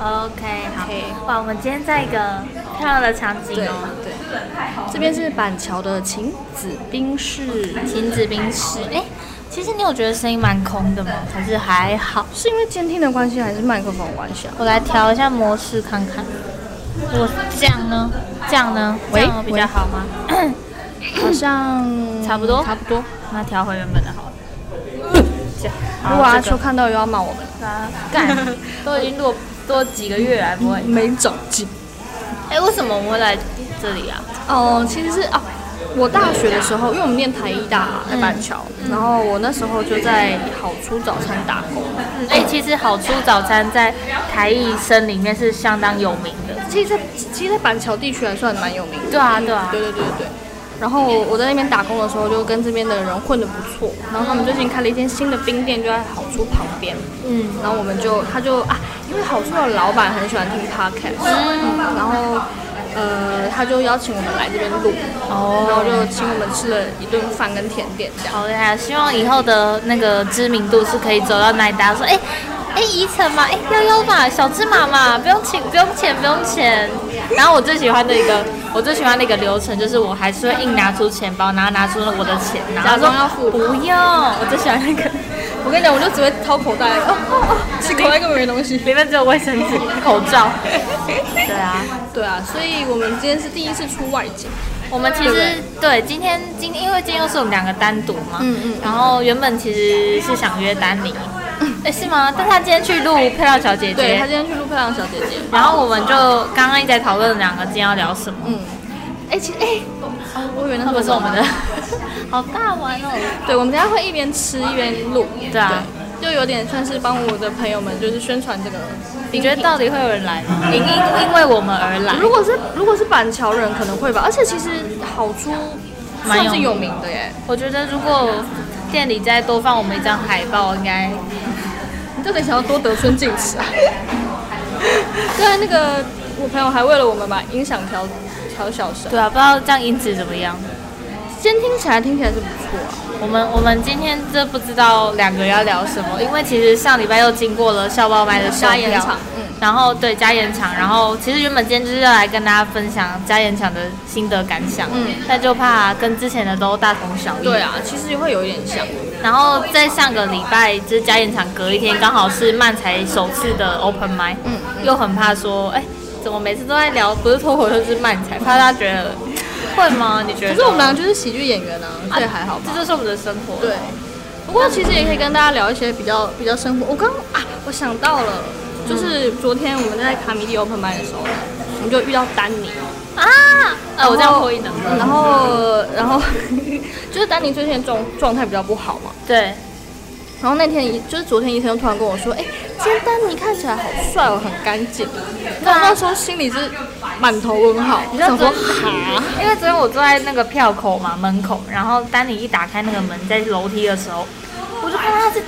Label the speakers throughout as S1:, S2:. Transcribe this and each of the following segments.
S1: OK，好
S2: OK
S1: 哇，我们今天在一个漂亮的场景
S2: 对
S1: 哦，
S2: 对，嗯这边是板桥的晴子冰室，
S1: 晴子冰室。哎，其实你有觉得声音蛮空的吗？还是还好？
S2: 是因为监听的关系还是麦克风的关系啊？
S1: 我来调一下模式看看。我这样呢？这样呢？这
S2: 喂
S1: 样比较好吗？
S2: 好像
S1: 嗯差不多
S2: 差不多。
S1: 那调回原本的好 了。这样
S2: 如果阿
S1: 这个
S2: 秋看到又要骂我们，
S1: 啊，干，都已经多多几个月了，还不会。
S2: 没长进。
S1: 哎、为什么我们会来这里啊？
S2: 哦，其实是啊，我大学的时候，因为我们念台医大在板桥，然后我那时候就在好出早餐打工。
S1: 哎、其实好出早餐在台艺生里面是相当有名的。
S2: 其实在，其实，在板桥地区还算蛮有名的。
S1: 对啊，对啊
S2: 对，对对对对。然后我在那边打工的时候，就跟这边的人混得不错。然后他们最近开了一间新的冰店，就在好处旁边。
S1: 嗯，
S2: 然后我们就，他就啊，因为好处的老板很喜欢听 podcast，、嗯、然后呃，他就邀请我们来这边录，然后
S1: 哦，
S2: 就请我们吃了一顿饭跟甜点这样。
S1: 好厉害！希望以后的那个知名度是可以走到哪里，大家说，哎、哎，宜晨嘛，哎、悠悠嘛，小芝麻嘛，不用请，不用钱，不用钱。然后我最喜欢的一个，我最喜欢的一个流程就是，我还是会硬拿出钱包，然后拿出了我的钱，然后
S2: 假
S1: 说
S2: 装要付
S1: 不用。我最喜欢那个，
S2: 我跟你讲，我就只会掏口袋，哦哦哦，是口袋根本没东西。
S1: 里面只有卫生纸、口罩。对啊，
S2: 对啊，所以我们今天是第一次出外景，
S1: 我们其实对今天今因为今天又是我们两个单独嘛，
S2: 嗯嗯
S1: 然后原本其实是想约丹 尼，哎、是吗？但他今天去录漂亮小姐
S2: 对他
S1: 姐，
S2: 今天去录漂亮小姐姐，
S1: 然后我们就刚刚一直在讨论两个今天要聊什么，
S2: 嗯，哎、其实哎、哦我以为那
S1: 那
S2: 个
S1: 个是我们的
S2: 娃娃，
S1: 好大碗哦，
S2: 对，我们等一下会一边吃一边录，
S1: 对啊
S2: 对，就有点算是帮我的朋友们就是宣传这个。
S1: 你觉得到底会有人来吗？因因因为我们而来，
S2: 如果是如果是板桥人可能会吧，而且其实好出
S1: 蛮
S2: 算
S1: 有
S2: 是有名的耶，
S1: 我觉得如果店里再多放我们一张海报，应该
S2: 你到底想要多得寸进尺啊？ 对啊，那个我朋友还为了我们把音响调调小声，
S1: 对啊，不知道这样音质怎么样。
S2: 先听起来听起来是不错啊。
S1: 我们我们今天这不知道两个人要聊什么，因为其实上礼拜又经过了校报麦的售
S2: 加
S1: 票
S2: 演场嗯
S1: 然后对加演场，然后其实原本今天就是要来跟大家分享加演场的心得感想，
S2: 嗯
S1: 但就怕跟之前的都大同小异。
S2: 对啊，其实会有一点像。
S1: 然后在上个礼拜就是加演场隔一天，刚好是漫才首次的 open mic，
S2: 嗯
S1: 又很怕说，哎，怎么每次都在聊不是脱口秀就是漫才，怕大家觉得会吗？你觉得？
S2: 可是我们俩就是喜剧演员啊，所以还好吧。
S1: 这就是我们的生活。
S2: 对，不过其实也可以跟大家聊一些比较比较生活。我刚啊，我想到了，就是昨天我们在卡米蒂 open m i 的时候，我们就遇到丹尼，
S1: 啊，呃，我这样破音的。
S2: 然后然后 就是丹尼最近状状态比较不好嘛，
S1: 对，
S2: 然后那天医就是昨天医生就突然跟我说，哎、今天丹尼看起来好帅哦，很干净。那我那时候心里是满头问号，
S1: 你知道
S2: 想
S1: 昨
S2: 说哈，
S1: 因为昨天我坐在那个票口嘛门口，然后丹尼一打开那个门，在楼梯的时候，我就看到他是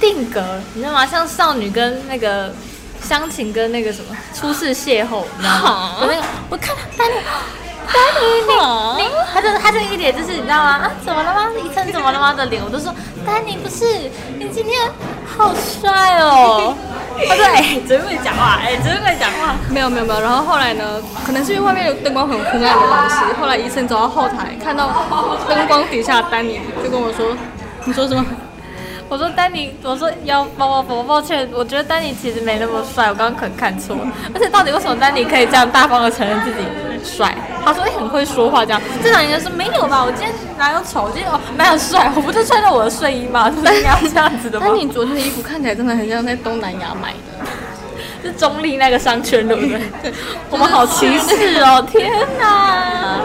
S1: 定格，你知道吗？像少女跟那个湘琴跟那个什么初次邂逅，你知道吗
S2: 哈？
S1: 我那个我看到丹尼。丹尼，你你，他就他就一脸就是你知道吗？啊，怎么了吗？一晨怎么了吗的脸，我就说丹尼不是，你今天好帅哦。他说哎，怎么会讲话？哎，怎么会讲话？
S2: 没有没有没有，然后后来呢，可能是因为外面有灯光很昏暗的关系，后来医生走到后台，看到灯光底下的丹尼，就跟我说：“你说什么？
S1: 我说丹尼，我说要抱抱抱抱歉，我觉得丹尼其实没那么帅，我刚刚可能看错了。而且到底为什么丹尼可以这样大方的承认自己帅？他说哎、很会说话这样，正常人就说没有吧，我今天哪有丑，我今天哦哪有帅，我不就穿着我的睡衣 吗？就是应该要这样子的吗？
S2: 丹尼昨天的衣服看起来真的很像在东南亚买的。
S1: 是中 立那个商圈对不对？哦我们好歧视哦！天哪，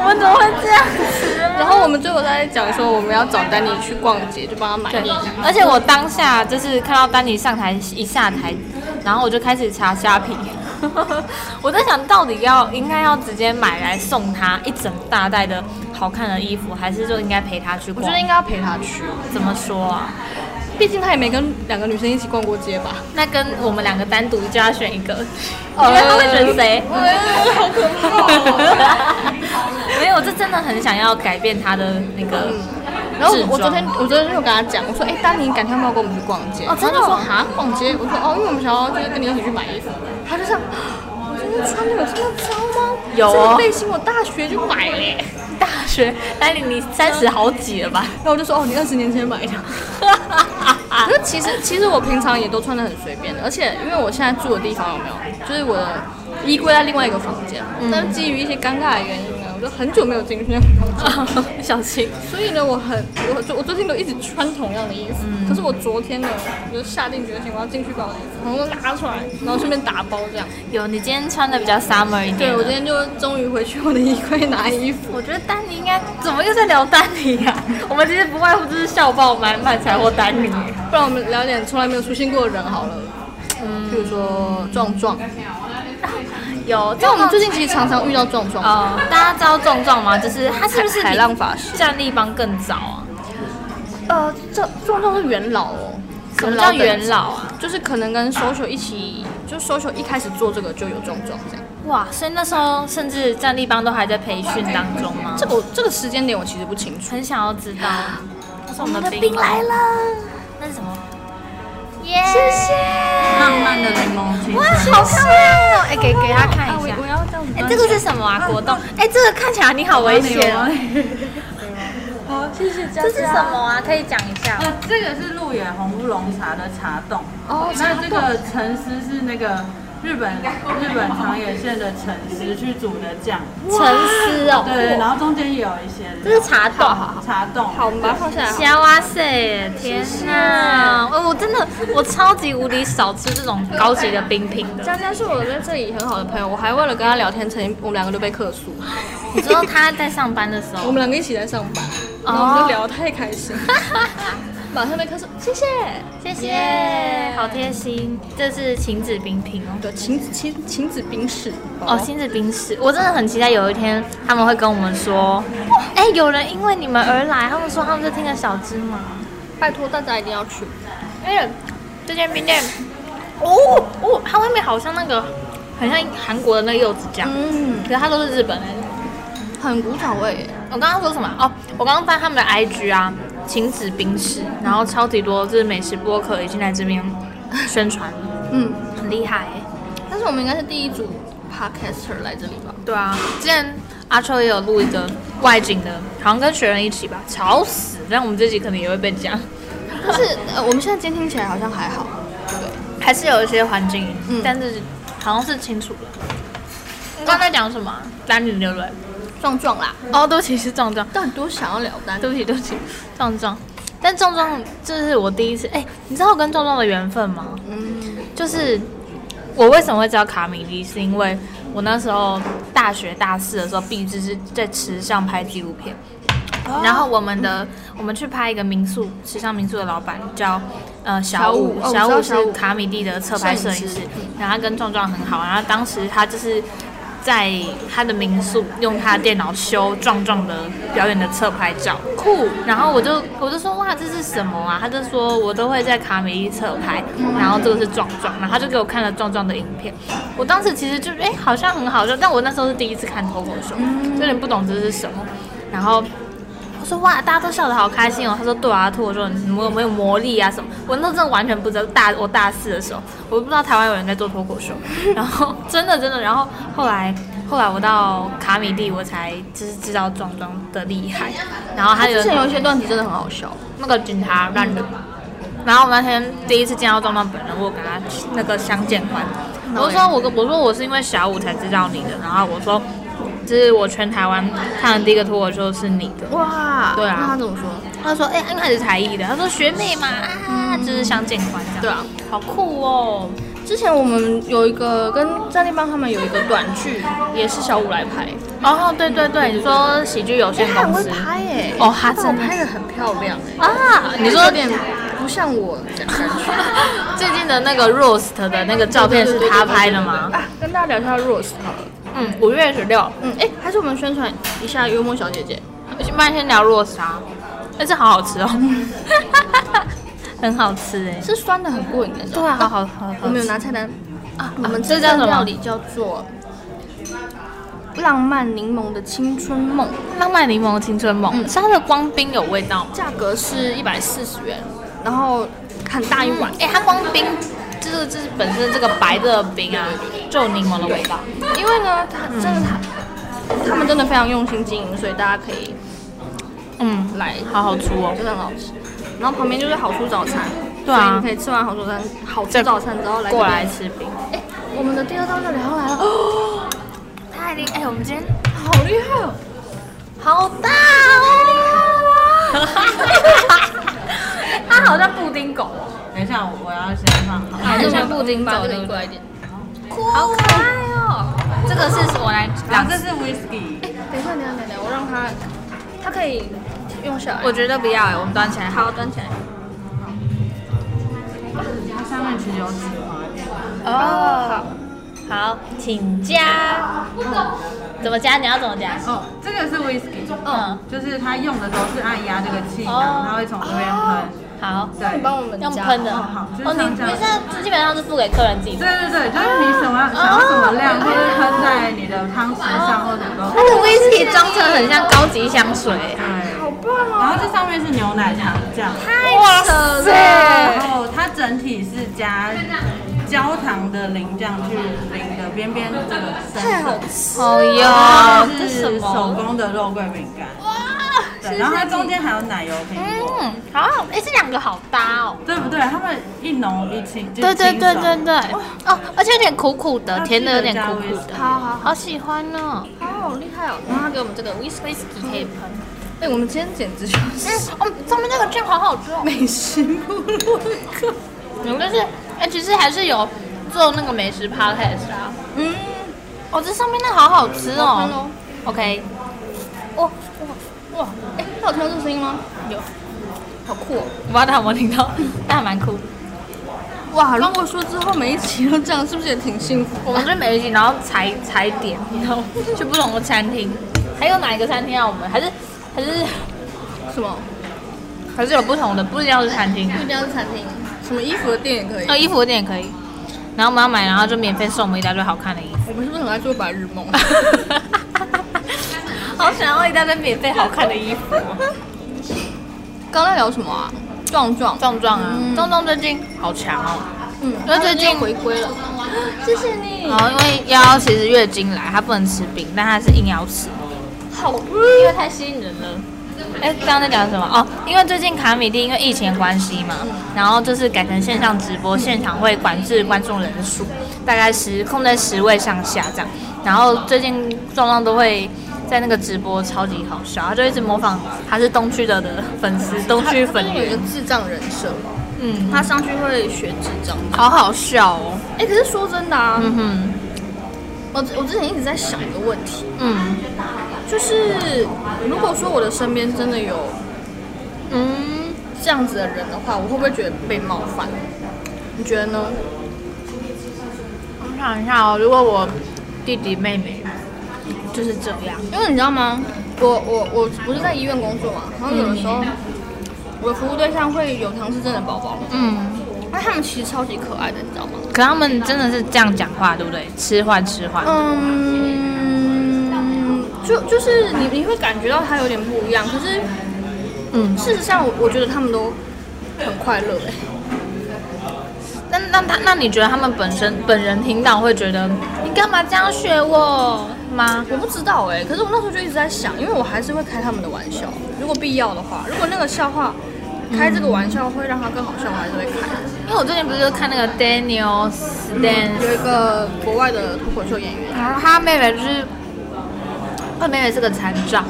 S1: 我们怎么会这样子啊、”
S2: 然后我们最后在讲说我们要找丹尼去逛街，就帮他买
S1: 对
S2: 衣服。，
S1: 而且我当下就是看到丹尼上台一下台，然后我就开始查虾皮， 我在想到底要应该要直接买来送他一整大袋的好看的衣服，还是就应该陪他去
S2: 我
S1: 逛
S2: 觉？得应该要陪他去，
S1: 怎么说啊？
S2: 毕竟他也没跟两个女生一起逛过街吧。
S1: 那跟我们两个单独就要选一个，你觉哦得他会选 谁？
S2: 呃好可哦怕哦
S1: 哦 没有，这真的很想要改变他的那个
S2: 然后我
S1: 置
S2: 我
S1: 装
S2: 昨天我昨天就跟他讲，我说哎、丹尼改天要不要跟我们去逛街？
S1: 哦真的
S2: 他就说
S1: 哦
S2: 哈逛街，我说哦，因为我们想要就是跟你一起去买衣服。他就这样，啊我今天穿的有这么糟吗？
S1: 有
S2: 这
S1: 哦
S2: 个背心我大学就买嘞。
S1: 大学， 丹尼你三十好几了吧？
S2: 然后我就说哦，你二十年前买的。 可是其实其实我平常也都穿的很随便的，而且因为我现在住的地方有没有，就是我的衣柜在另外一个房间，但是基于一些尴尬的原因呢，我就很久没有进去那个房 间，
S1: 小心，
S2: 所以呢，我很我就我最近都一直穿同样的衣服，可是我昨天呢，我就下定决心我要进去把我的衣服全部拿出来，然后顺便打包这样。
S1: 有你今天穿的比较 summer 一点
S2: 对
S1: 了。
S2: 我今天就终于回去我的衣柜拿衣服。
S1: 我觉得丹尼应该怎么又在聊丹尼呀、 我们其实不外乎就是校报满满才或丹尼。
S2: 不然我们聊点从来没有出现过的人好了，嗯，比如说壮壮，
S1: 有，
S2: 因为我们最近其实常常遇到壮壮，
S1: 哦，大家知道壮壮吗？就是他是不是比
S2: 海浪法师？
S1: 战力帮更早啊？
S2: 呃，这壮壮是元老哦，
S1: 什么叫元？老啊？
S2: 就是可能跟 social 一起，就 social 一开始做这个就有壮壮这样。
S1: 哇，所以那时候甚至战力帮都还在培训当中吗？
S2: 这个我这个时间点我其实不清楚。
S1: 很想要知道。那是我们的
S3: 冰来
S1: 了，
S3: 了，
S1: 那是什么？
S3: 谢谢，
S1: 浪漫的柠檬青
S3: 哇，好漂亮哦！哎，给给他看
S1: 看
S3: 一
S1: 一
S3: 下
S1: 下，，
S2: 要这样子
S1: 哎，这个是什么啊？果冻？哎，这个看起来你好危险
S4: 啊
S1: 哦。
S4: 好，谢谢佳
S1: 这是什么啊？可以讲一下。
S4: 呃，这个是鹿野红乌龙茶的茶冻，
S2: 哦
S4: 那
S2: 茶
S4: 这个橙丝是那个日本日本长野县的橙丝去煮的酱，
S1: 沉思哦，
S4: 对，然后中间也有一些
S1: 这是茶冻。
S4: 茶冻，
S2: 好，我们把它放下来好了。
S1: 虾哇塞！天哪，哦，我真的我超级无敌少吃这种高级的冰品的。
S2: 佳佳是我在这里很好的朋友，我还为了跟她聊天，曾经我们两个就被客诉。
S1: 你知道他在上班的时
S2: 我
S1: 候
S2: 们，两个一起在上班，然后我们就聊得太开心， 马上被客诉，谢谢。
S1: 谢谢，好贴心。这是晴子冰品哦。
S2: 对，晴子晴晴子冰室
S1: 哦，亲子冰室，我真的很期待有一天他们会跟我们说，哎、有人因为你们而来，他们说他们在听了小芝麻，
S2: 拜托大家一定要去。
S1: 哎，这间冰店，哦哦，它外面好像那个，很像韩国的那个柚子酱，
S2: 嗯，
S1: 可是它都是日本的。
S2: 很古早味耶。
S1: 我刚刚说什么？哦，我刚刚翻他们的 IG 啊，晴子冰室，然后超级多就是美食播客已经来这边宣传，
S2: 嗯，
S1: 很厉害、欸。
S2: 但是我们应该是第一组 podcaster 来这里吧？
S1: 对啊，之前阿秋也有录一个外景的，好像跟学人一起吧，吵死！但我们这集可能也会被讲，
S2: 但是呃，我们现在监听起来好像还好。
S1: 还是有一些环境，
S2: 嗯
S1: 但是好像是清楚了。你刚才讲什么啊？丹尼对不对？
S2: 壮壮啦，
S1: 哦，对不起，是壮壮，
S2: 到底多想要聊单？
S1: 对不起，对不起，壮壮。但壮壮这是我第一次，哎、你知道我跟壮壮的缘分吗？
S2: 嗯，
S1: 就是我为什么会知道卡米利，是因为我那时候大学大四的时候，毕志是在池上拍纪录片，然后我们的我们去拍一个民宿，池上民宿的老板叫呃小五，
S2: 小五哦我
S1: 五
S2: 知道小
S1: 是
S2: 五
S1: 卡米蒂的侧拍摄影
S2: 摄
S1: 师
S2: 影师，
S1: 然后他跟壮壮很好，然后当时他就是。在他的民宿用他的电脑修壮壮的表演的侧拍照，酷。然后我就我就说哇这是什么啊？他就说我都会在卡米利侧拍，然后这个是壮壮，然后他就给我看了壮壮的影片。我当时其实就哎、好像很好笑，但我那时候是第一次看脱口秀，有点不懂这是什么。然后我说哇，大家都笑得好开心哦。他说对啊，脱口秀你们有没有魔力啊什么？我那时候真的完全不知道，大我大四的时候，我都不知道台湾有人在做脱口秀。 然后真的真的，然后后来后来我到卡米蒂，我才就是知道壮壮的厉害。然后还有
S2: 之前有一些段子真的很好笑。
S1: 那个警察让人。然后我那天第一次见到壮壮本人，我跟他那个相见欢，我就说我跟我说我是因为小五才知道你的，然后我说这是我全台湾看的第一个脱口秀是你的，
S2: 哇
S1: 对啊
S2: 那他怎么说？
S1: 他说：“哎、因为他是才艺的。”他说：“学妹嘛，啊，就是相见欢这样。”
S2: 对啊，
S1: 好酷哦！
S2: 之前我们有一个跟战地帮他们有一个短剧，也是小五来拍，
S1: 哦，对对对，你说喜剧有限
S2: 他很
S1: 公
S2: 会
S1: 司
S2: 拍耶。
S1: 哦他
S2: 把我
S1: 真的
S2: 拍的很漂亮哎。
S1: 啊？你
S2: 你
S1: 说
S2: 说有点不像我这样感觉。
S1: 最近的那个 Roast 的那个照片是他拍的吗？
S2: 啊，跟大家聊一下 Rose 好了。
S1: 嗯，五月十六。
S2: 嗯，哎、还是我们宣传一下幽默小姐姐。
S1: 不然先聊 Roast 啊，哎，这好好吃哦， 很好吃哎。
S2: 是酸的很过瘾的。
S1: 对啊，好好好好
S2: 我们有
S1: 吃。
S2: 拿菜单啊。我
S1: 啊
S2: 们
S1: 这
S2: 这
S1: 叫
S2: 道
S1: 什么
S2: 料理叫做浪漫柠檬的青春梦，
S1: 浪漫柠檬青春梦，
S2: 嗯
S1: 是它的光冰有味道吗？
S2: 价格是一百四十元，然后很大一碗。
S1: 哎、它光冰就是就是本身这个白的冰啊，就有柠檬的味道。
S2: 因为呢，他真的他、他们真的非常用心经营，所以大家可以
S1: 嗯，
S2: 来，
S1: 好好吃哦
S2: 真的很好吃。然后旁边就是好书早餐，
S1: 对啊
S2: 所以你可以吃完好书早餐，好吃早餐之后来这
S1: 过
S2: 边
S1: 来。吃冰，
S2: 哎，我们的第二道料理要来了，
S3: 他已经哎，我们今天
S2: 好厉害哦！
S3: 好大 哦！
S1: 它好像布丁狗哦。
S4: 等一下，我我要先放好。
S2: 它很像布丁吧？
S1: 走
S2: 这
S1: 对
S2: 里
S1: 不对
S2: 过来一点。
S1: 好可爱哦！这个是我来讲
S4: 然后，这是 whisky，
S2: 等一下，等一下，等一下，我让它，它可以用下来。
S1: 我觉得不要哎、我们端起来。
S2: 好，端起来。
S4: 它上面其实有纸花。
S1: 哦，好，请加。怎么加？你要怎么加？
S4: 哦，这个是 whisky，
S1: 嗯，
S4: 就是它用的都是按压这个气
S1: 哦
S4: 囊，它会从这边喷。
S1: 好，
S4: 对，
S2: 帮我们
S1: 用
S2: 加
S1: 喷的。
S4: 哦好就是
S1: 哦，你
S4: 像这
S1: 你
S4: 样
S1: 现在基本上是付给客人自己
S4: 对。对对，就是你什么想要什么量，就是喷在你的汤匙上或者什么
S1: 它的威士忌装成很像高级香水。欸
S4: 对，好棒哦！然后这上面是牛奶糖酱，
S1: 哇塞！
S4: 然后它整体是加焦糖的淋酱去淋的，边边这个深色。
S1: 哦
S4: 然后
S1: 哟，这是什
S4: 是手
S1: 么？
S4: 工的肉桂饼干，对，然后它中间还有奶油苹果，
S1: 嗯，好好，哎，这两个好搭哦。
S4: 对不对？它们一浓一清，就
S1: 对
S4: 是
S1: 对
S4: 清
S1: 对对
S4: 爽
S1: 对，哦，而且有点苦苦的，甜的有点苦苦的，
S2: 好好
S1: 好喜欢哦。
S2: 好，好厉害哦！然后他给我们这个 whisky whisky 可以喷。哎、我们今天简直就是
S1: 嗯，上面那个酱好好吃哦。
S2: 美食部落客。
S1: 我们就是，哎，其实还是有做那个美食 podcast 啊。
S2: 嗯，
S1: 哦，这上面那好好吃
S2: 喷
S1: 哦。
S2: 喽！
S1: OK，
S2: 哇哇哇！哎、那有听到这个声音吗？有，好酷哦！
S1: 我不知道大家有没有听到， 但还蛮酷。
S2: 哇，如果说之后每一集都这样，是不是也挺幸福？
S1: 我们是每一集，然后踩踩点，然后去不同的餐厅。还有哪一个餐厅啊？我们还是还是
S2: 什么？
S1: 还是有不同的，不一定要是餐厅。
S2: 不一定要是餐厅，哦什么衣服的店也可以。
S1: 呃，衣服的店也可以。然后我们要买，然后就免费送我们一大堆好看的衣服。
S2: 我们是不是很爱做白日梦？
S1: 好想要一大堆免费好看的衣服。
S2: 刚刚在聊什么啊？壮壮，
S1: 壮壮啊，
S2: 嗯
S1: 壮壮最近好强哦。
S2: 嗯，哦
S1: 因为最近
S2: 回归了，啊谢谢你，
S1: 然后因为幺其实月经来，她不能吃冰，但她是硬要吃，
S2: 好，
S1: 因为太吸引人了。哎，刚刚在讲什么？哦，因为最近卡米蒂因为疫情的关系嘛，然后就是改成线上直播，现场会管制观众人数，大概十控在十位上下这样。然后最近壮壮都会在那个直播超级好笑，他就一直模仿他是东区的的粉丝，东区粉
S2: 他他最近有一
S1: 员
S2: 个，智障人设，
S1: 嗯，
S2: 他上去会学智障。
S1: 好好笑哦。
S2: 哎、可是说真的啊，
S1: 嗯哼，
S2: 我我之前一直在想一个问题，
S1: 嗯
S2: 就是如果说我的身边真的有
S1: 嗯，
S2: 这样子的人的话，我会不会觉得被冒犯？你觉得呢？
S1: 我想一下哦，如果我弟弟妹妹就是这样，
S2: 因为你知道吗？我我我不是在医院工作嘛，然后有的时候、我的服务对象会有唐氏症的宝宝，
S1: 嗯。
S2: 那他们其实超级可爱的，你知道吗？
S1: 可他们真的是这样讲话，对不对？吃饭吃饭，
S2: 嗯，就就是你你会感觉到他有点不一样，可是
S1: 嗯，
S2: 事实上我我觉得他们都很快乐哎、
S1: 那那他那你觉得他们本身本人听到会觉得你干嘛这样学我吗？
S2: 我不知道哎、可是我那时候就一直在想，因为我还是会开他们的玩笑，如果必要的话，如果那个笑话开这个玩笑会让他更好笑，我还是会开。
S1: 因为我最近不是看那个 Daniel Stan，、
S2: 有一个国外的脱口秀演员，
S1: 然后他妹妹就是，他妹妹是个残障，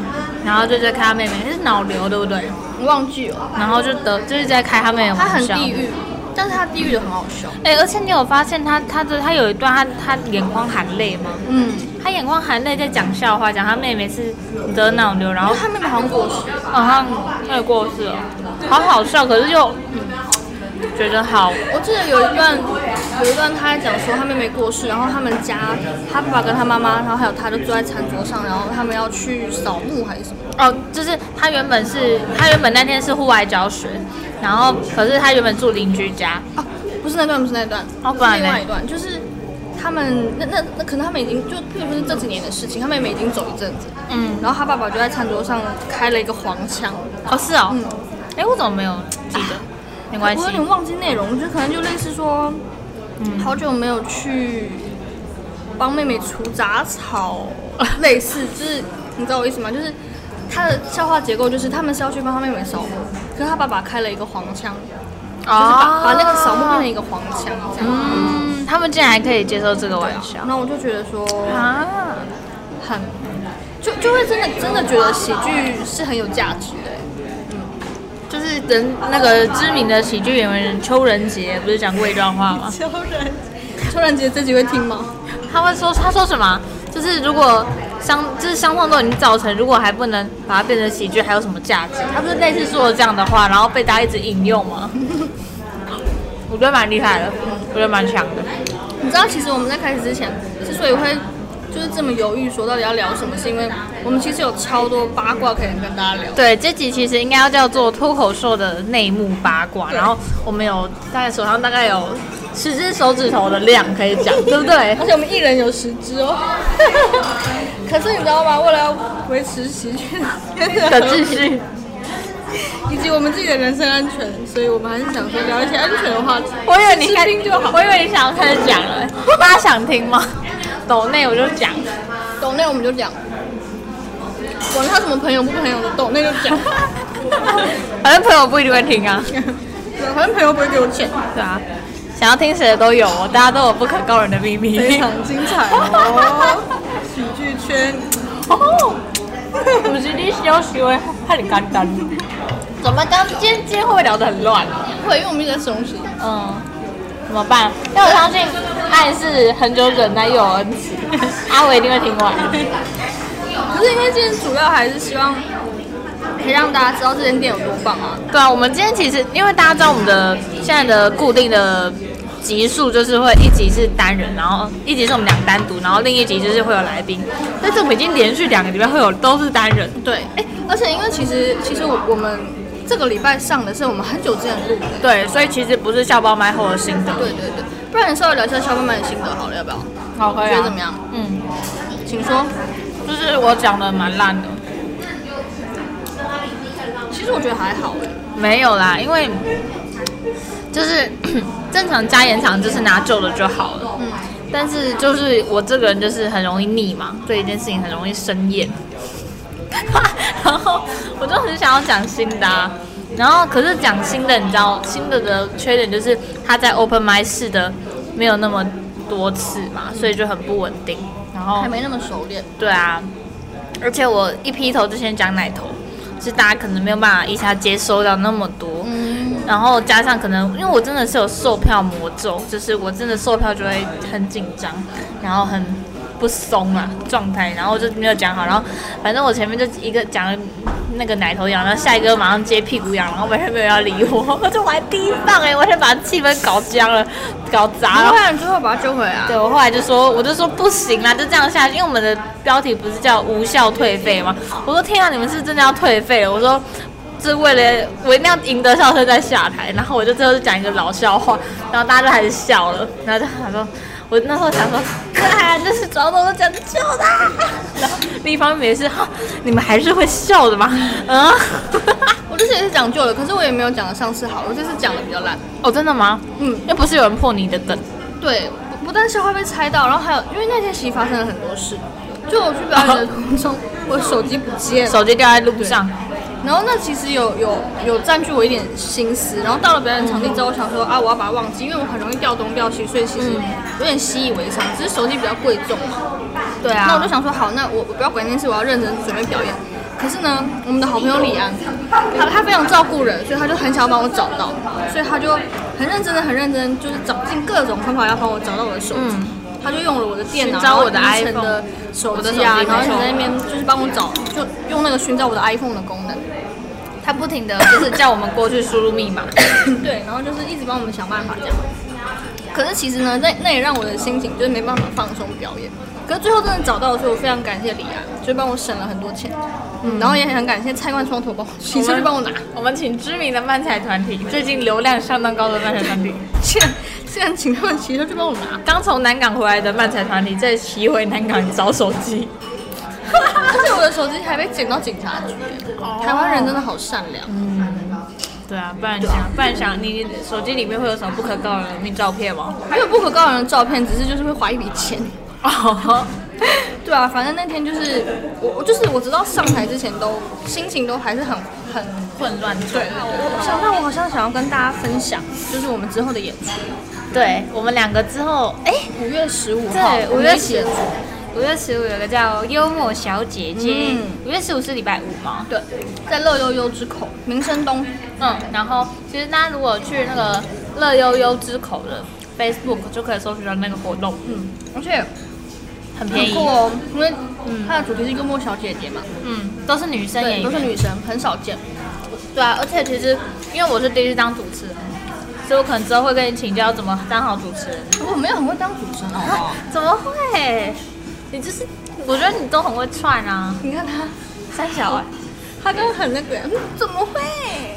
S1: 然后就在开他妹妹是脑瘤，对不对？
S2: 我忘记了，
S1: 然后就得就是在开他妹妹的
S2: 他
S1: 玩
S2: 很
S1: 笑。
S2: 地狱，但是他地狱的很好笑。
S1: 哎、而且你有发现他他的他有一段他他眼眶含泪吗？
S2: 嗯，
S1: 他眼眶含泪在讲笑话，讲他妹妹是得脑瘤，然
S2: 然
S1: 后
S2: 后他妹妹好像过世了，
S1: 好像也过世了，好好笑，可是又、嗯觉得好，
S2: 我记得有一段，有一段他在讲说他妹妹过世，然后他们家他爸爸跟他妈妈，然后还有他就坐在餐桌上，然后他们要去扫墓还是什么？
S1: 哦，就是他原本是他原本那天是户外教学，然后可是他原本住邻居家，
S2: 啊，不是那段，不是那段，
S1: 哦
S2: 是
S1: 不然嘞
S2: 另外一段，就是他们那那那可能他们已经就，譬如说是这几年的事情，他妹妹已经走一阵子，嗯，然后他爸爸就在餐桌上开了一个黄腔，
S1: 哦，是哦
S2: 嗯，啊
S1: 哎、我怎么没有记得？没关系嗯
S2: 我有，点忘记内容，就可能就类似说，好久没有去帮妹妹除杂草，类似就是你知道我意思吗？就是他的笑话结构就是他们是要去帮他妹妹扫墓，可是他爸爸开了一个黄腔，
S1: 哦
S2: 就是把把那个扫墓变成一个黄腔这样，
S1: 啊嗯，他们竟然还可以接受这个玩笑
S2: 然后我就觉得说
S1: 啊！
S2: 很，就就会真的真的觉得喜剧是很有价值的、
S1: 就是人那个知名的喜剧演员邱仁杰不是讲过一段话吗？
S2: 邱然杰自己会听吗？
S1: 他会说他说什么？啊就是如果相就是相撞都已经造成，如果还不能把它变成喜剧，还有什么价值？他不是类似说了这样的话，然后被大家一直引用吗？ 我觉得蛮厉害的，我觉得蛮强的。
S2: 你知道，其实我们在开始之前，之所以会就是这么犹豫，说到底要聊什么，是因为我们其实有超多八卦可以跟大家聊。
S1: 对，这集其实应该要叫做脱口秀的内幕八卦，然后我们有大概手上大概有十只手指头的量可以 讲，对不对？
S2: 而且我们一人有十支哦。 可是你知道吗？为了要维持喜剧
S1: 的秩序，
S2: 啊以及我们自己的人身安全，所以我们还是想说聊一些安全的话题。
S1: 我以为 你开
S2: 吃冰就好
S1: 我以为你想要开始讲了， 大家想听吗？抖内我就讲，
S2: 抖内我们就讲，管他什么朋友不朋友的，抖内就 讲。
S1: 反正朋友不一定会听啊。
S2: 对反正朋友不会给我 钱，
S1: 对啊，想要听谁的都有哦，大家都有不可告人的秘密。
S2: 非常精彩 哦。喜剧圈
S1: 哦，我今天休息会很简单。怎么刚今天今天会不会聊得很乱啊？
S2: 会，因为我们一直在吃东西。
S1: 嗯，怎么办？但我相信爱是很久忍耐又有恩 慈，阿啊伟一定会听完。
S2: 可是因为今天主要还是希望可以让大家知道这间店有多棒啊！
S1: 对啊，我们今天其实因为大家知道我们的现在的固定的集数就是会一集是单人，然后一集是我们俩单独，然后另一集就是会有来宾。但是我们已经连续两个礼拜会有都是单人。
S2: 对，哎、而且因为其实其实我我们这个礼拜上的是我们很久之前录的，
S1: 对，所以其实不是校包买后的心得。
S2: 对对对，不然你稍微聊一下小贩们的心得好了，要不要？
S1: 好，可
S2: 觉得怎么样？
S1: 嗯，
S2: 请说。
S1: 就是我讲的蛮烂的。
S2: 其实我觉得还好哎、
S1: 没有啦，因为就是 正常加盐场就是拿旧的就好了。嗯。但是就是我这个人就是很容易腻嘛，对一件事情很容易生厌。 然后我就很想要讲新的、啊，然后可是讲新的，你知道新的的缺点就是它在 open m i 试的没有那么多次嘛，所以就很不稳定。然后
S2: 还没那么熟练。
S1: 对啊，而且我一劈头就先讲奶头，就是大家可能没有办法一下接收到那么多，
S2: 嗯，
S1: 然后加上可能因为我真的是有售票魔咒，就是我真的售票就会很紧张，然后很不松啊状态，然后就没有讲好，然后反正我前面就一个讲了那个奶头痒，然后下一个马上接屁股痒，然后完全没有人要理我，我就玩第一棒哎、我完全把气氛搞僵了，搞砸了
S2: 不。然之后把它揪回来啊。
S1: 对，我后来就说，我就说不行啦，就这样下去，因为我们的标题不是叫无效退费吗？我说天啊，你们是真的要退费了？我说。是为了我一定要赢得笑声再下台，然后我就最后就讲一个老笑话，然后大家就还是笑了，然后就想说，我那时候想说，看这是装作讲的笑的，啊然后另一方面也是，哈你们还是会笑的嘛，嗯，
S2: 我这次也是讲究了，可是我也没有讲的上次好，我这次讲的比较烂。
S1: 哦，真的吗？
S2: 嗯，
S1: 又不是有人破你的梗，
S2: 对，不不但是会被猜到，然后还有，因为那天其实发生了很多事。就我去表演的途中，我手机不见了，
S1: 手机掉在路上，
S2: 然后那其实有有有占据我一点心思。然后到了表演场地之后，我想说啊，我要把它忘记，因为我很容易掉东掉西，所以其实有点习以为常。只是手机比较贵重嘛，
S1: 对啊，
S2: 那我就想说好，那我我不要管这件事，我要认真准备表演。可是呢，我们的好朋友李安，他他非常照顾人，所以他就很想要帮我找到，所以他就很认真的、很认真，就是找尽各种方法要帮我找到我的手机。
S1: 嗯
S2: 他就用了我的电脑，
S1: 寻找我的
S2: 然后依晨
S1: iPhone
S2: 的手
S1: 我的
S2: 机啊
S1: 手，机
S2: 然后
S1: 没
S2: 一直
S1: 错
S2: 在那边就是帮我找，就用那个寻找我的 iPhone 的功能。
S1: 他不 停的就是叫我们过去输入密码，
S2: 对，然后就是一直帮我们想办法这样。可是其实呢，那那也让我的心情就是没办法放松表演。可是最后真的找到的时候，我非常感谢李安，就帮我省了很多钱。嗯，然后也很感谢菜冠双头帮我亲自去帮我拿。
S1: 我们请知名的漫才团体，最近流量相当高的漫才团体，
S2: 竟然竟然请他们骑车去帮我拿，
S1: 刚从南港回来的漫才团体，再骑回南港找手机。
S2: 而且我的手机还被捡到警察局。台湾人真的好善良。
S1: 对啊，不然想，不然想，你手机里面会有什么不可告人的秘密照片吗？
S2: 没有不可告人的照片，只是就是会花一笔钱。
S1: 哦，
S2: 对啊，反正那天就是我，我就是我直到上台之前都心情都还是很很
S1: 混乱
S2: 对。我我想到我好像想要跟大家分享，就是我们之后的演出，
S1: 对，我们两个之后，哎、
S2: 五月十五号，
S1: 对，
S2: 我
S1: 五
S2: 们
S1: 月
S2: 一起演
S1: 十
S2: 出
S1: 五，五月十五有个叫幽默小姐姐
S2: 嗯，
S1: 五、月十五是礼拜五嘛，
S2: 对，在乐悠悠之口民生东，
S1: 嗯，然后其实大家如果去那个乐悠悠之口的 Facebook 就可以搜寻到那个活动，
S2: 嗯，而且
S1: 很便
S2: 很
S1: 宜
S2: 酷，哦，因为
S1: 嗯
S2: 它的主题是幽默小姐姐嘛，
S1: 嗯，都是女生演
S2: 对，都
S1: 员，
S2: 是女生，很少见。
S1: 对啊，而且其实因为我是第一次当主持人，所以我可能之后会跟你请教怎么当好主持人，
S2: 我没有很会当主持人，好不好？
S1: 怎么会？你就是我觉得你都很会串啊，
S2: 你看他，
S1: 三小 哎、
S2: 他刚刚很那个，嗯怎么会？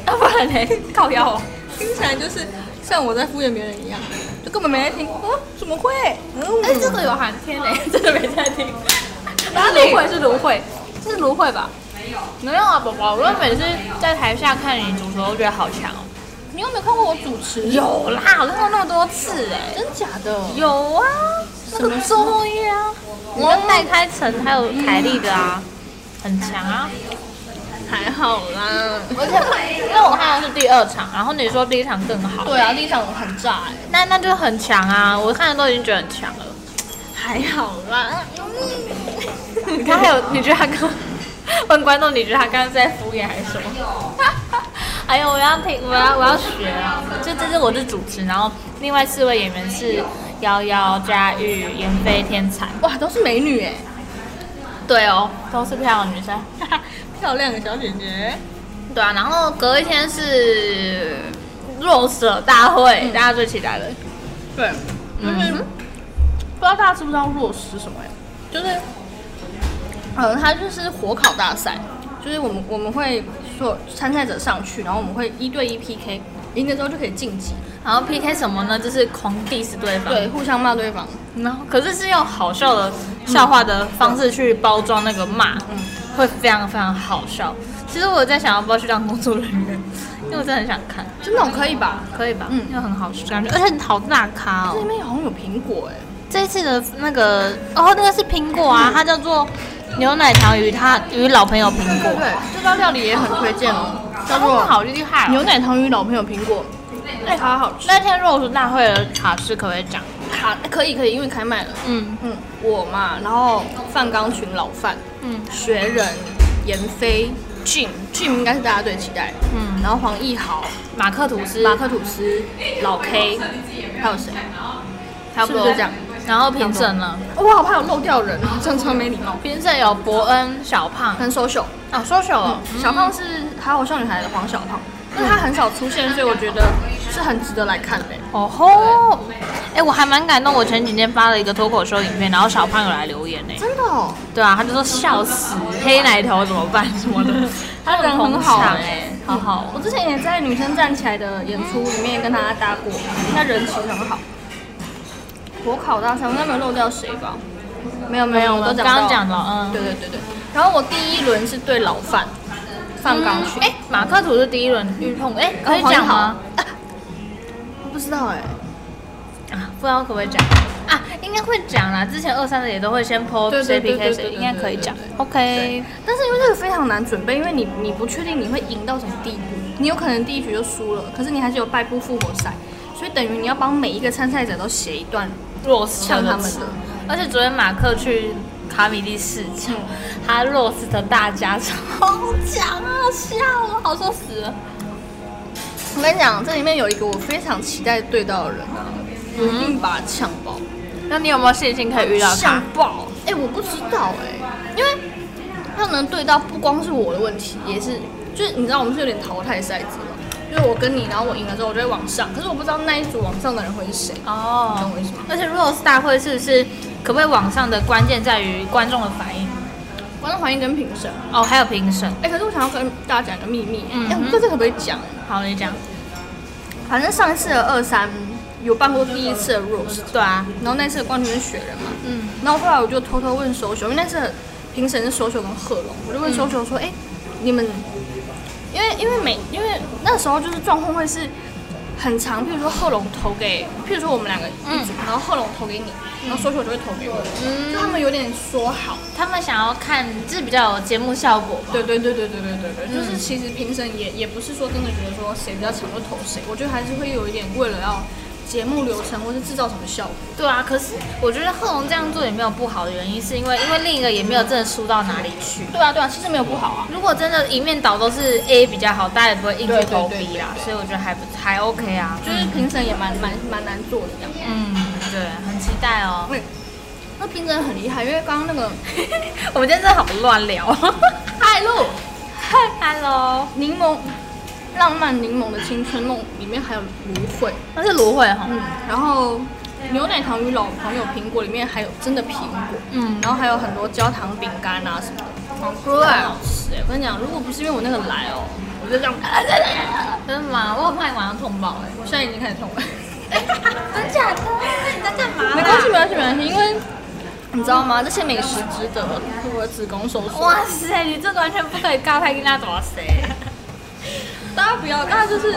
S1: 要啊不然嘞， 靠腰、哦。
S2: 听起来就是像我在敷衍别人一样，就根本没在听。啊，怎么会？嗯，
S1: 哎、这个有寒天
S2: 欸
S1: 嘞、真的没在听。 然后芦荟是芦荟，是芦荟吧？没有，没有啊，宝宝。我每次在台下看你主持，我都觉得好强哦。
S2: 你有没有看过我主持？，
S1: 有啦，我看过那么多次哎、
S2: 真假的？
S1: 有啊，那个周末夜啊，我跟戴开成还有凯莉的啊，很强啊。
S2: 还好啦。
S1: 而且，因为我看的是第二场，然后你说第一场更好，
S2: 对啊，立场很炸哎、
S1: 那那就很强啊！我看的都已经觉得很强了。
S2: 还好啦。
S1: 你 看还有，你觉得他刚问观众，你觉得他刚刚在敷衍还是什么？ 还有，我要听，我要我要学啊！就这是我是主持，然后另外四位演员是瑶瑶、佳玉、妍飞、天才。
S2: 哇，都是美女哎、
S1: 对哦，都是漂亮的女生。
S2: 漂亮的小姐姐。
S1: 对啊，然后隔一天是 Rose 大会，大家最期待的。
S2: 对，
S1: 嗯
S2: 就是、不知道大家知不知道若是什么呀？就是，嗯，它就是火烤大赛，就是我们我们会说参赛者上去，然后我们会一对一 PK，赢了之后就可以晋级，
S1: 然后 PK 什么呢？就是狂 diss 对方。
S2: 对，互相骂对方。
S1: 然后可是是用好笑的笑话的方式去包装那个骂，
S2: 嗯
S1: 会非常非常好笑。其实我在想要不要去当工作人员， 因为我真的很想看，
S2: 就那种哦可以吧？
S1: 可以吧？
S2: 嗯
S1: 因为很好笑，感觉而且好大咖
S2: 这里
S1: 哦。
S2: 面好像有苹果哎、
S1: 这一次的那个哦，那个是苹果啊，它叫做牛奶糖与它与老朋友苹
S2: 对
S1: 果，
S2: 对，这道料理也很推荐哦，叫
S1: 他们
S2: 做
S1: 好厉害、
S2: 牛
S1: 哦。
S2: 奶糖与老朋友苹果，哎，好好吃。
S1: 那天肉食大会的卡司可不可以讲？
S2: 卡可以可以，因为开卖了。
S1: 嗯
S2: 嗯，我嘛，然后范钢群老范，
S1: 嗯
S2: 学仁、严飞、Jim、Jim 应该是大家最期待的。
S1: 嗯，
S2: 然后黄义豪、
S1: 马克吐司，
S2: 马克吐司、老 K，还有谁？
S1: 差不
S2: 是
S1: 多
S2: 不是这样？
S1: 然后评审呢？
S2: 哦我好怕有漏掉人，啊真超没礼貌。
S1: 评审有伯恩、小胖，
S2: 很 social，嗯
S1: 哦，social 哦
S2: 呃小胖是《还好少女孩》的黄小胖，但他很少出现，所以我觉得是很值得来看的。
S1: 哦吼，哎、我还蛮感动。我前几天发了一个脱口秀影片，然后小胖有来留言呢、
S2: 真的哦，
S1: 对啊，他就说笑死，黑奶头怎么办什么 的，他
S2: 人很好
S1: 捧场哎、
S2: 哎
S1: 好好。
S2: 我之前也在《女生站起来》的演出里面跟他搭过，他人其实很好。火烤大赛，我应该没有漏掉谁吧？没有没有，我都
S1: 刚
S2: 到
S1: 刚讲。了，嗯，
S2: 对对对对。然后我第一轮是对老范，范刚去。哦
S1: 哎、马克吐是第一轮遇碰，哎、可以讲吗？
S2: 我不知道哎、
S1: 啊，不知道可不可以讲啊？应该会讲啦，之前二三的也都会先 PO
S2: 对
S1: 谁
S2: 对对
S1: PK
S2: 对
S1: 谁，
S2: 对
S1: 应该可以讲
S2: 对对。
S1: OK，
S2: 但是因为这个非常难准备，因为你你不确定你会赢到什么地步，你有可能第一局就输了，可是你还是有败部复活赛，所以等于你要帮每一个参赛者都写一段
S1: 弱势
S2: 呛他们
S1: 词
S2: 的。
S1: 而且昨天马克去卡米蒂市场，他 Rose 的大家超强啊，笑啊，好笑死了。
S2: 我跟你讲，这里面有一个我非常期待对到的人啊，我一定把他呛爆，
S1: 那你有没有信心可以遇到他
S2: 呛？爆！嗯哎、我不知道哎、因为他能对到不光是我的问题，也是就是你知道我们是有点淘汰赛制嘛，就是我跟你，然后我赢了之后，我就会往上，可是我不知道那一组往上的人会是谁，
S1: 哦
S2: 懂我意思吗？
S1: 而且 Rose 大会是不是可不可以往上的关键在于观众的反应
S2: 观众环境跟评审。
S1: 哦，还有评审。
S2: 哎、可是我想要跟大家讲一个秘密，哎、
S1: 嗯
S2: 我不知道这可不可以讲。啊
S1: 好，你讲。
S2: 反正上一次的二三有办过第一次的 Rose，
S1: 对啊，
S2: 然后那次的冠军是雪人嘛，
S1: 嗯，
S2: 然后后来我就偷偷问手球，因为那次评审是手球跟贺龙，我就问手球说：“哎、你们，因为因为每因为那时候就是状况会是很长，譬如说贺龙投给，譬如说我们两个一组，然后贺龙投给你，然后手球就会投给我，就他们有点说好。
S1: 他们想要看就是比较有节目效果吧。
S2: 对对对对对对对对，就是其实评审也也不是说真的觉得说谁比较强就投谁，我觉得还是会有一点为了要节目流程或是制造什么效果。
S1: 对啊，可是我觉得贺龙这样做也没有不好的原因，是因为因为另一个也没有真的输到哪里去。
S2: 对啊对啊，其实没有不好啊。
S1: 如果真的一面倒都是 A 比较好，大家也不会硬去投 B 啦，
S2: 对对对对对
S1: 所以我觉得还不还 OK 啊。
S2: 就是评审也蛮蛮蛮难做的这样。
S1: 嗯，对，很期待哦。
S2: 嗯，那评审很厉害，因为刚刚那个
S1: 我们今天真的好乱聊。
S2: 嗨露
S1: Hello，
S2: 柠檬浪漫柠檬的青春梦里面还有芦荟，
S1: 那是芦荟哦哈。
S2: 嗯，然后牛奶糖与老朋友苹果里面还有真的苹果，
S1: 嗯，
S2: 然后还有很多焦糖饼干啊什么的，好酷很好吃哎、我跟你讲，如果不是因为我那个来哦，我就这 样，
S1: 真的吗？我很怕你晚上痛爆哎、
S2: 欸我现在已经开始痛了。
S3: 真假的？那你在干
S1: 啊
S3: 嘛
S2: 没关系，没关系，没关系，因为你知道吗？这些美食值得我的子宫收缩。
S1: 哇塞，你这个完全不可以告派跟他怎么谁？
S2: 大家不要，大家就是，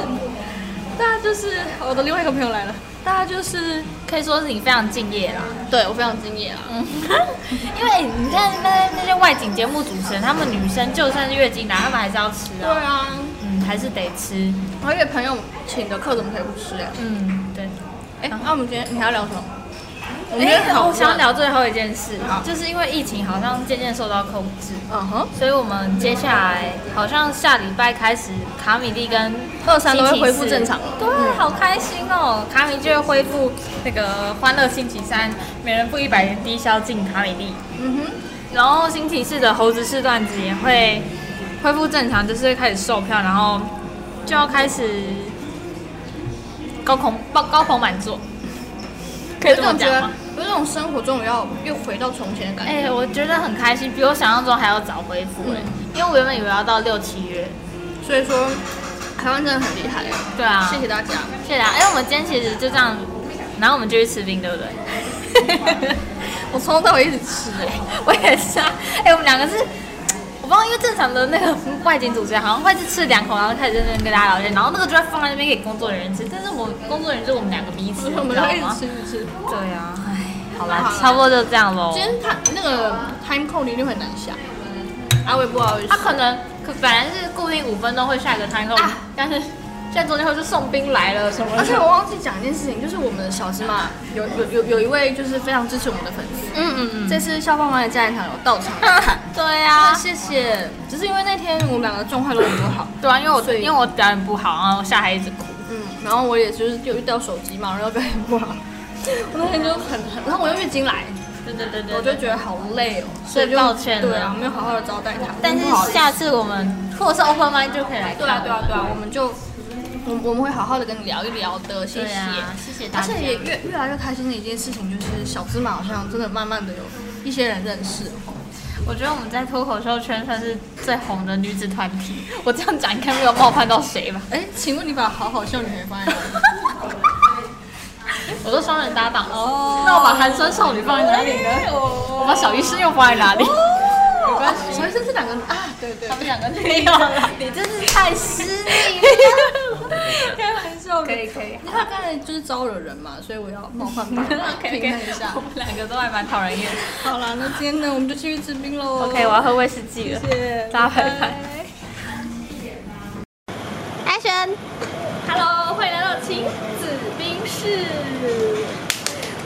S2: 大家就是我的另外一个朋友来了，大家就是，
S1: 可以说是你非常敬业啦。
S2: 对我非常敬业啊。
S1: 嗯， 因为哎你看那那些外景节目主持人，他们女生就算是月经来，他们还是要吃
S2: 对
S1: 啊。
S2: 啊，
S1: 嗯，还是得吃。
S2: 而且朋友请的课怎么可以不吃、欸？
S1: 嗯，对。
S2: 哎、那、我们今天你还要聊什么？我们今天啊
S1: 哎、
S2: 好，
S1: 我想，聊最后一件事
S2: 好，
S1: 就是因为疫情好像渐渐受到控制，
S2: 嗯哼，
S1: 所以我们接下来好像下礼拜开始，卡米蒂跟
S2: 二三都会恢复
S1: 星期四
S2: 正常了
S1: 对，好开心哦！卡米就会恢复那个欢乐星期三，每人付一百元低消进卡米蒂。
S2: 嗯哼，
S1: 然后星期四的猴子式段子也会恢复正常，就是会开始售票，然后就要开始高朋高高朋满座，可以这
S2: 有
S1: 么
S2: 种觉
S1: 讲
S2: 得
S1: 吗？，
S2: 有一种生活终于要又回到从前的感觉。
S1: 哎、我觉得很开心，比我想象中还要早恢复哎、因为我原本以为要到六七月。
S2: 所以说，台湾真的很厉害、欸，
S1: 对啊，
S2: 谢谢大家。
S1: 谢谢大家。哎、我们今天其实就这样，然后我们就去吃冰，对 不对？
S2: 我从头到尾一直吃、欸，
S1: 我也是啊。哎、我们两个是，我不知道，因为正常的那个外景主持人好像会是吃两口，然后开始认真跟大家聊天，然后那个就会放在那边给工作人员吃。但是我工作人员就是我们两个彼此，
S2: 我
S1: 你
S2: 们
S1: 知道
S2: 要一
S1: 吗
S2: 直？吃，一直吃。
S1: 对啊，哎，好啦
S2: 好，啦
S1: 差不多就这样喽
S2: 今。天他那个 time code 一定很难下，阿伟不好意思
S1: 他。可能可本来是固定五分钟会下一个摊口，
S2: 啊
S1: 但是现在中间会说送冰来了什么的。
S2: 而且我忘记讲一件事情，就是我们的小芝麻有有有有一位就是非常支持我们的粉丝，
S1: 嗯嗯嗯，
S2: 这次校方妈的家人堂有到场，
S1: 对
S2: 啊
S1: 啊，
S2: 谢谢。只是因为那天我们两个状态都很不好，
S1: 对啊，因为我
S2: 所以
S1: 因为我表演不好，然后夏海一直哭。
S2: 嗯，然后我也就是又遇到手机嘛，然后表演不好，我那天就很很，然后我又月经来，
S1: 对对对对
S2: 我就觉得好累哦，所以
S1: 对
S2: 就
S1: 抱歉了
S2: 对啊，没有好好的招待他，
S1: 但
S2: 不好
S1: 是
S2: 意思
S1: 下次我们或者是 open m i 就可以来看。
S2: 对啊对啊对啊，我们就我我们会好好的跟你聊一聊的，谢
S1: 对
S2: 谢。
S1: 啊，谢谢大
S2: 而
S1: 家。
S2: 且也越越来越开心的一件事情，就是小芝麻好像真的慢慢的有一些人认识哦。
S1: 我觉得我们在脱口秀圈算是最红的女子团体。我这样讲应该没有冒犯到谁吧？
S2: 哎，请问你把好好笑女孩放在哪里？
S1: 我说双人搭档哦，
S2: 哦
S1: 那我把寒酸少女放在哪里呢？我把小医生又放在哪里？
S2: 哦没关系，所以这是两个啊，对对
S1: 他，们两个没 有了，你真是太失礼了。 开玩笑的，可以可以。
S2: 因为他刚才就是招惹人嘛，所以我要冒犯 他，
S1: OK
S2: 平衡一
S1: OK，
S2: 下
S1: 我。们两个都还蛮讨人厌的。
S2: 好了，那今天呢，我们就继续吃冰喽。
S1: OK，我要喝威士忌了，
S2: 谢谢，
S1: 大家拜拜。
S3: ？Action！
S2: Hello，欢迎来到亲子冰室。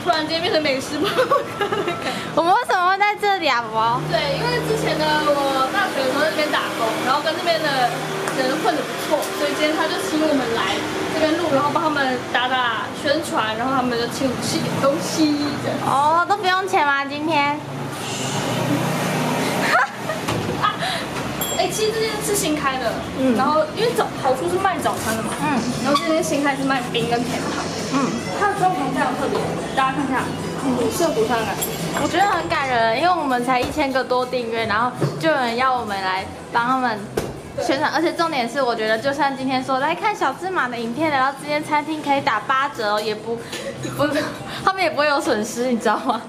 S2: 突然间变成美食博客的感觉。
S3: 我们为什么会在这里啊，宝宝？
S2: 对，因为之前呢，我大学的时候在那边打工，然后跟那边的人混得不错，所以今天他就请我们来这边录，然后帮他们打打宣传，然后他们就请我们吃点东西。这样
S3: 哦，都不用钱吗？今天？
S2: 哎、其西这间是新开的，嗯，然后因为早好处是卖早餐的嘛，嗯，然后这间新开是卖冰跟甜汤，嗯，它的装潢非常特别，大家看一下，嗯，是有古上的感觉，
S1: 我觉得很感人，因为我们才一千个多订阅，然后就有人要我们来帮他们宣传，而且重点是，我觉得就算今天说来看小芝麻的影片，来到这间餐厅可以打八折哦，也不不，他们也不会有损失，你知道吗？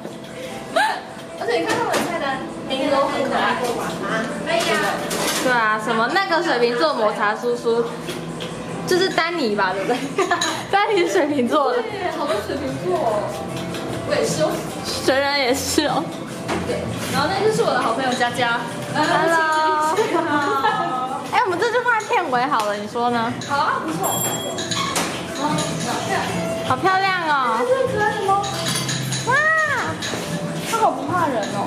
S2: 而且你看他们的菜单，每个都很可爱，
S1: 对啊，什么那个水瓶座抹茶叔叔，就是丹尼吧，对不对？ 丹尼是水瓶座的，
S2: 对，好多水瓶座哦，我也是哦，
S1: 水人也是哦。
S2: 对，然后那就是我的好朋友佳佳
S1: Hello，哎、我们这就放在片尾好了，你说呢？
S2: 好啊，不错，
S1: 好漂亮哦！
S2: 这可爱的猫，
S1: 哇，
S2: 它好不怕人哦，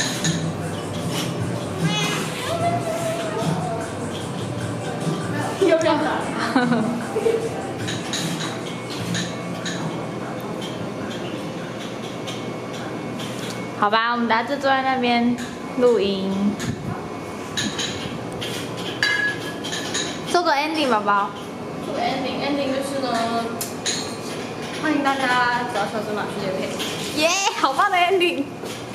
S2: 要不要打？
S1: 好吧，我们等下就坐在那边录音，做个 ending 宝宝。
S2: 做 ending ending 就是呢，欢迎大家找小芝麻去夜配。
S1: 耶、好棒的 ending！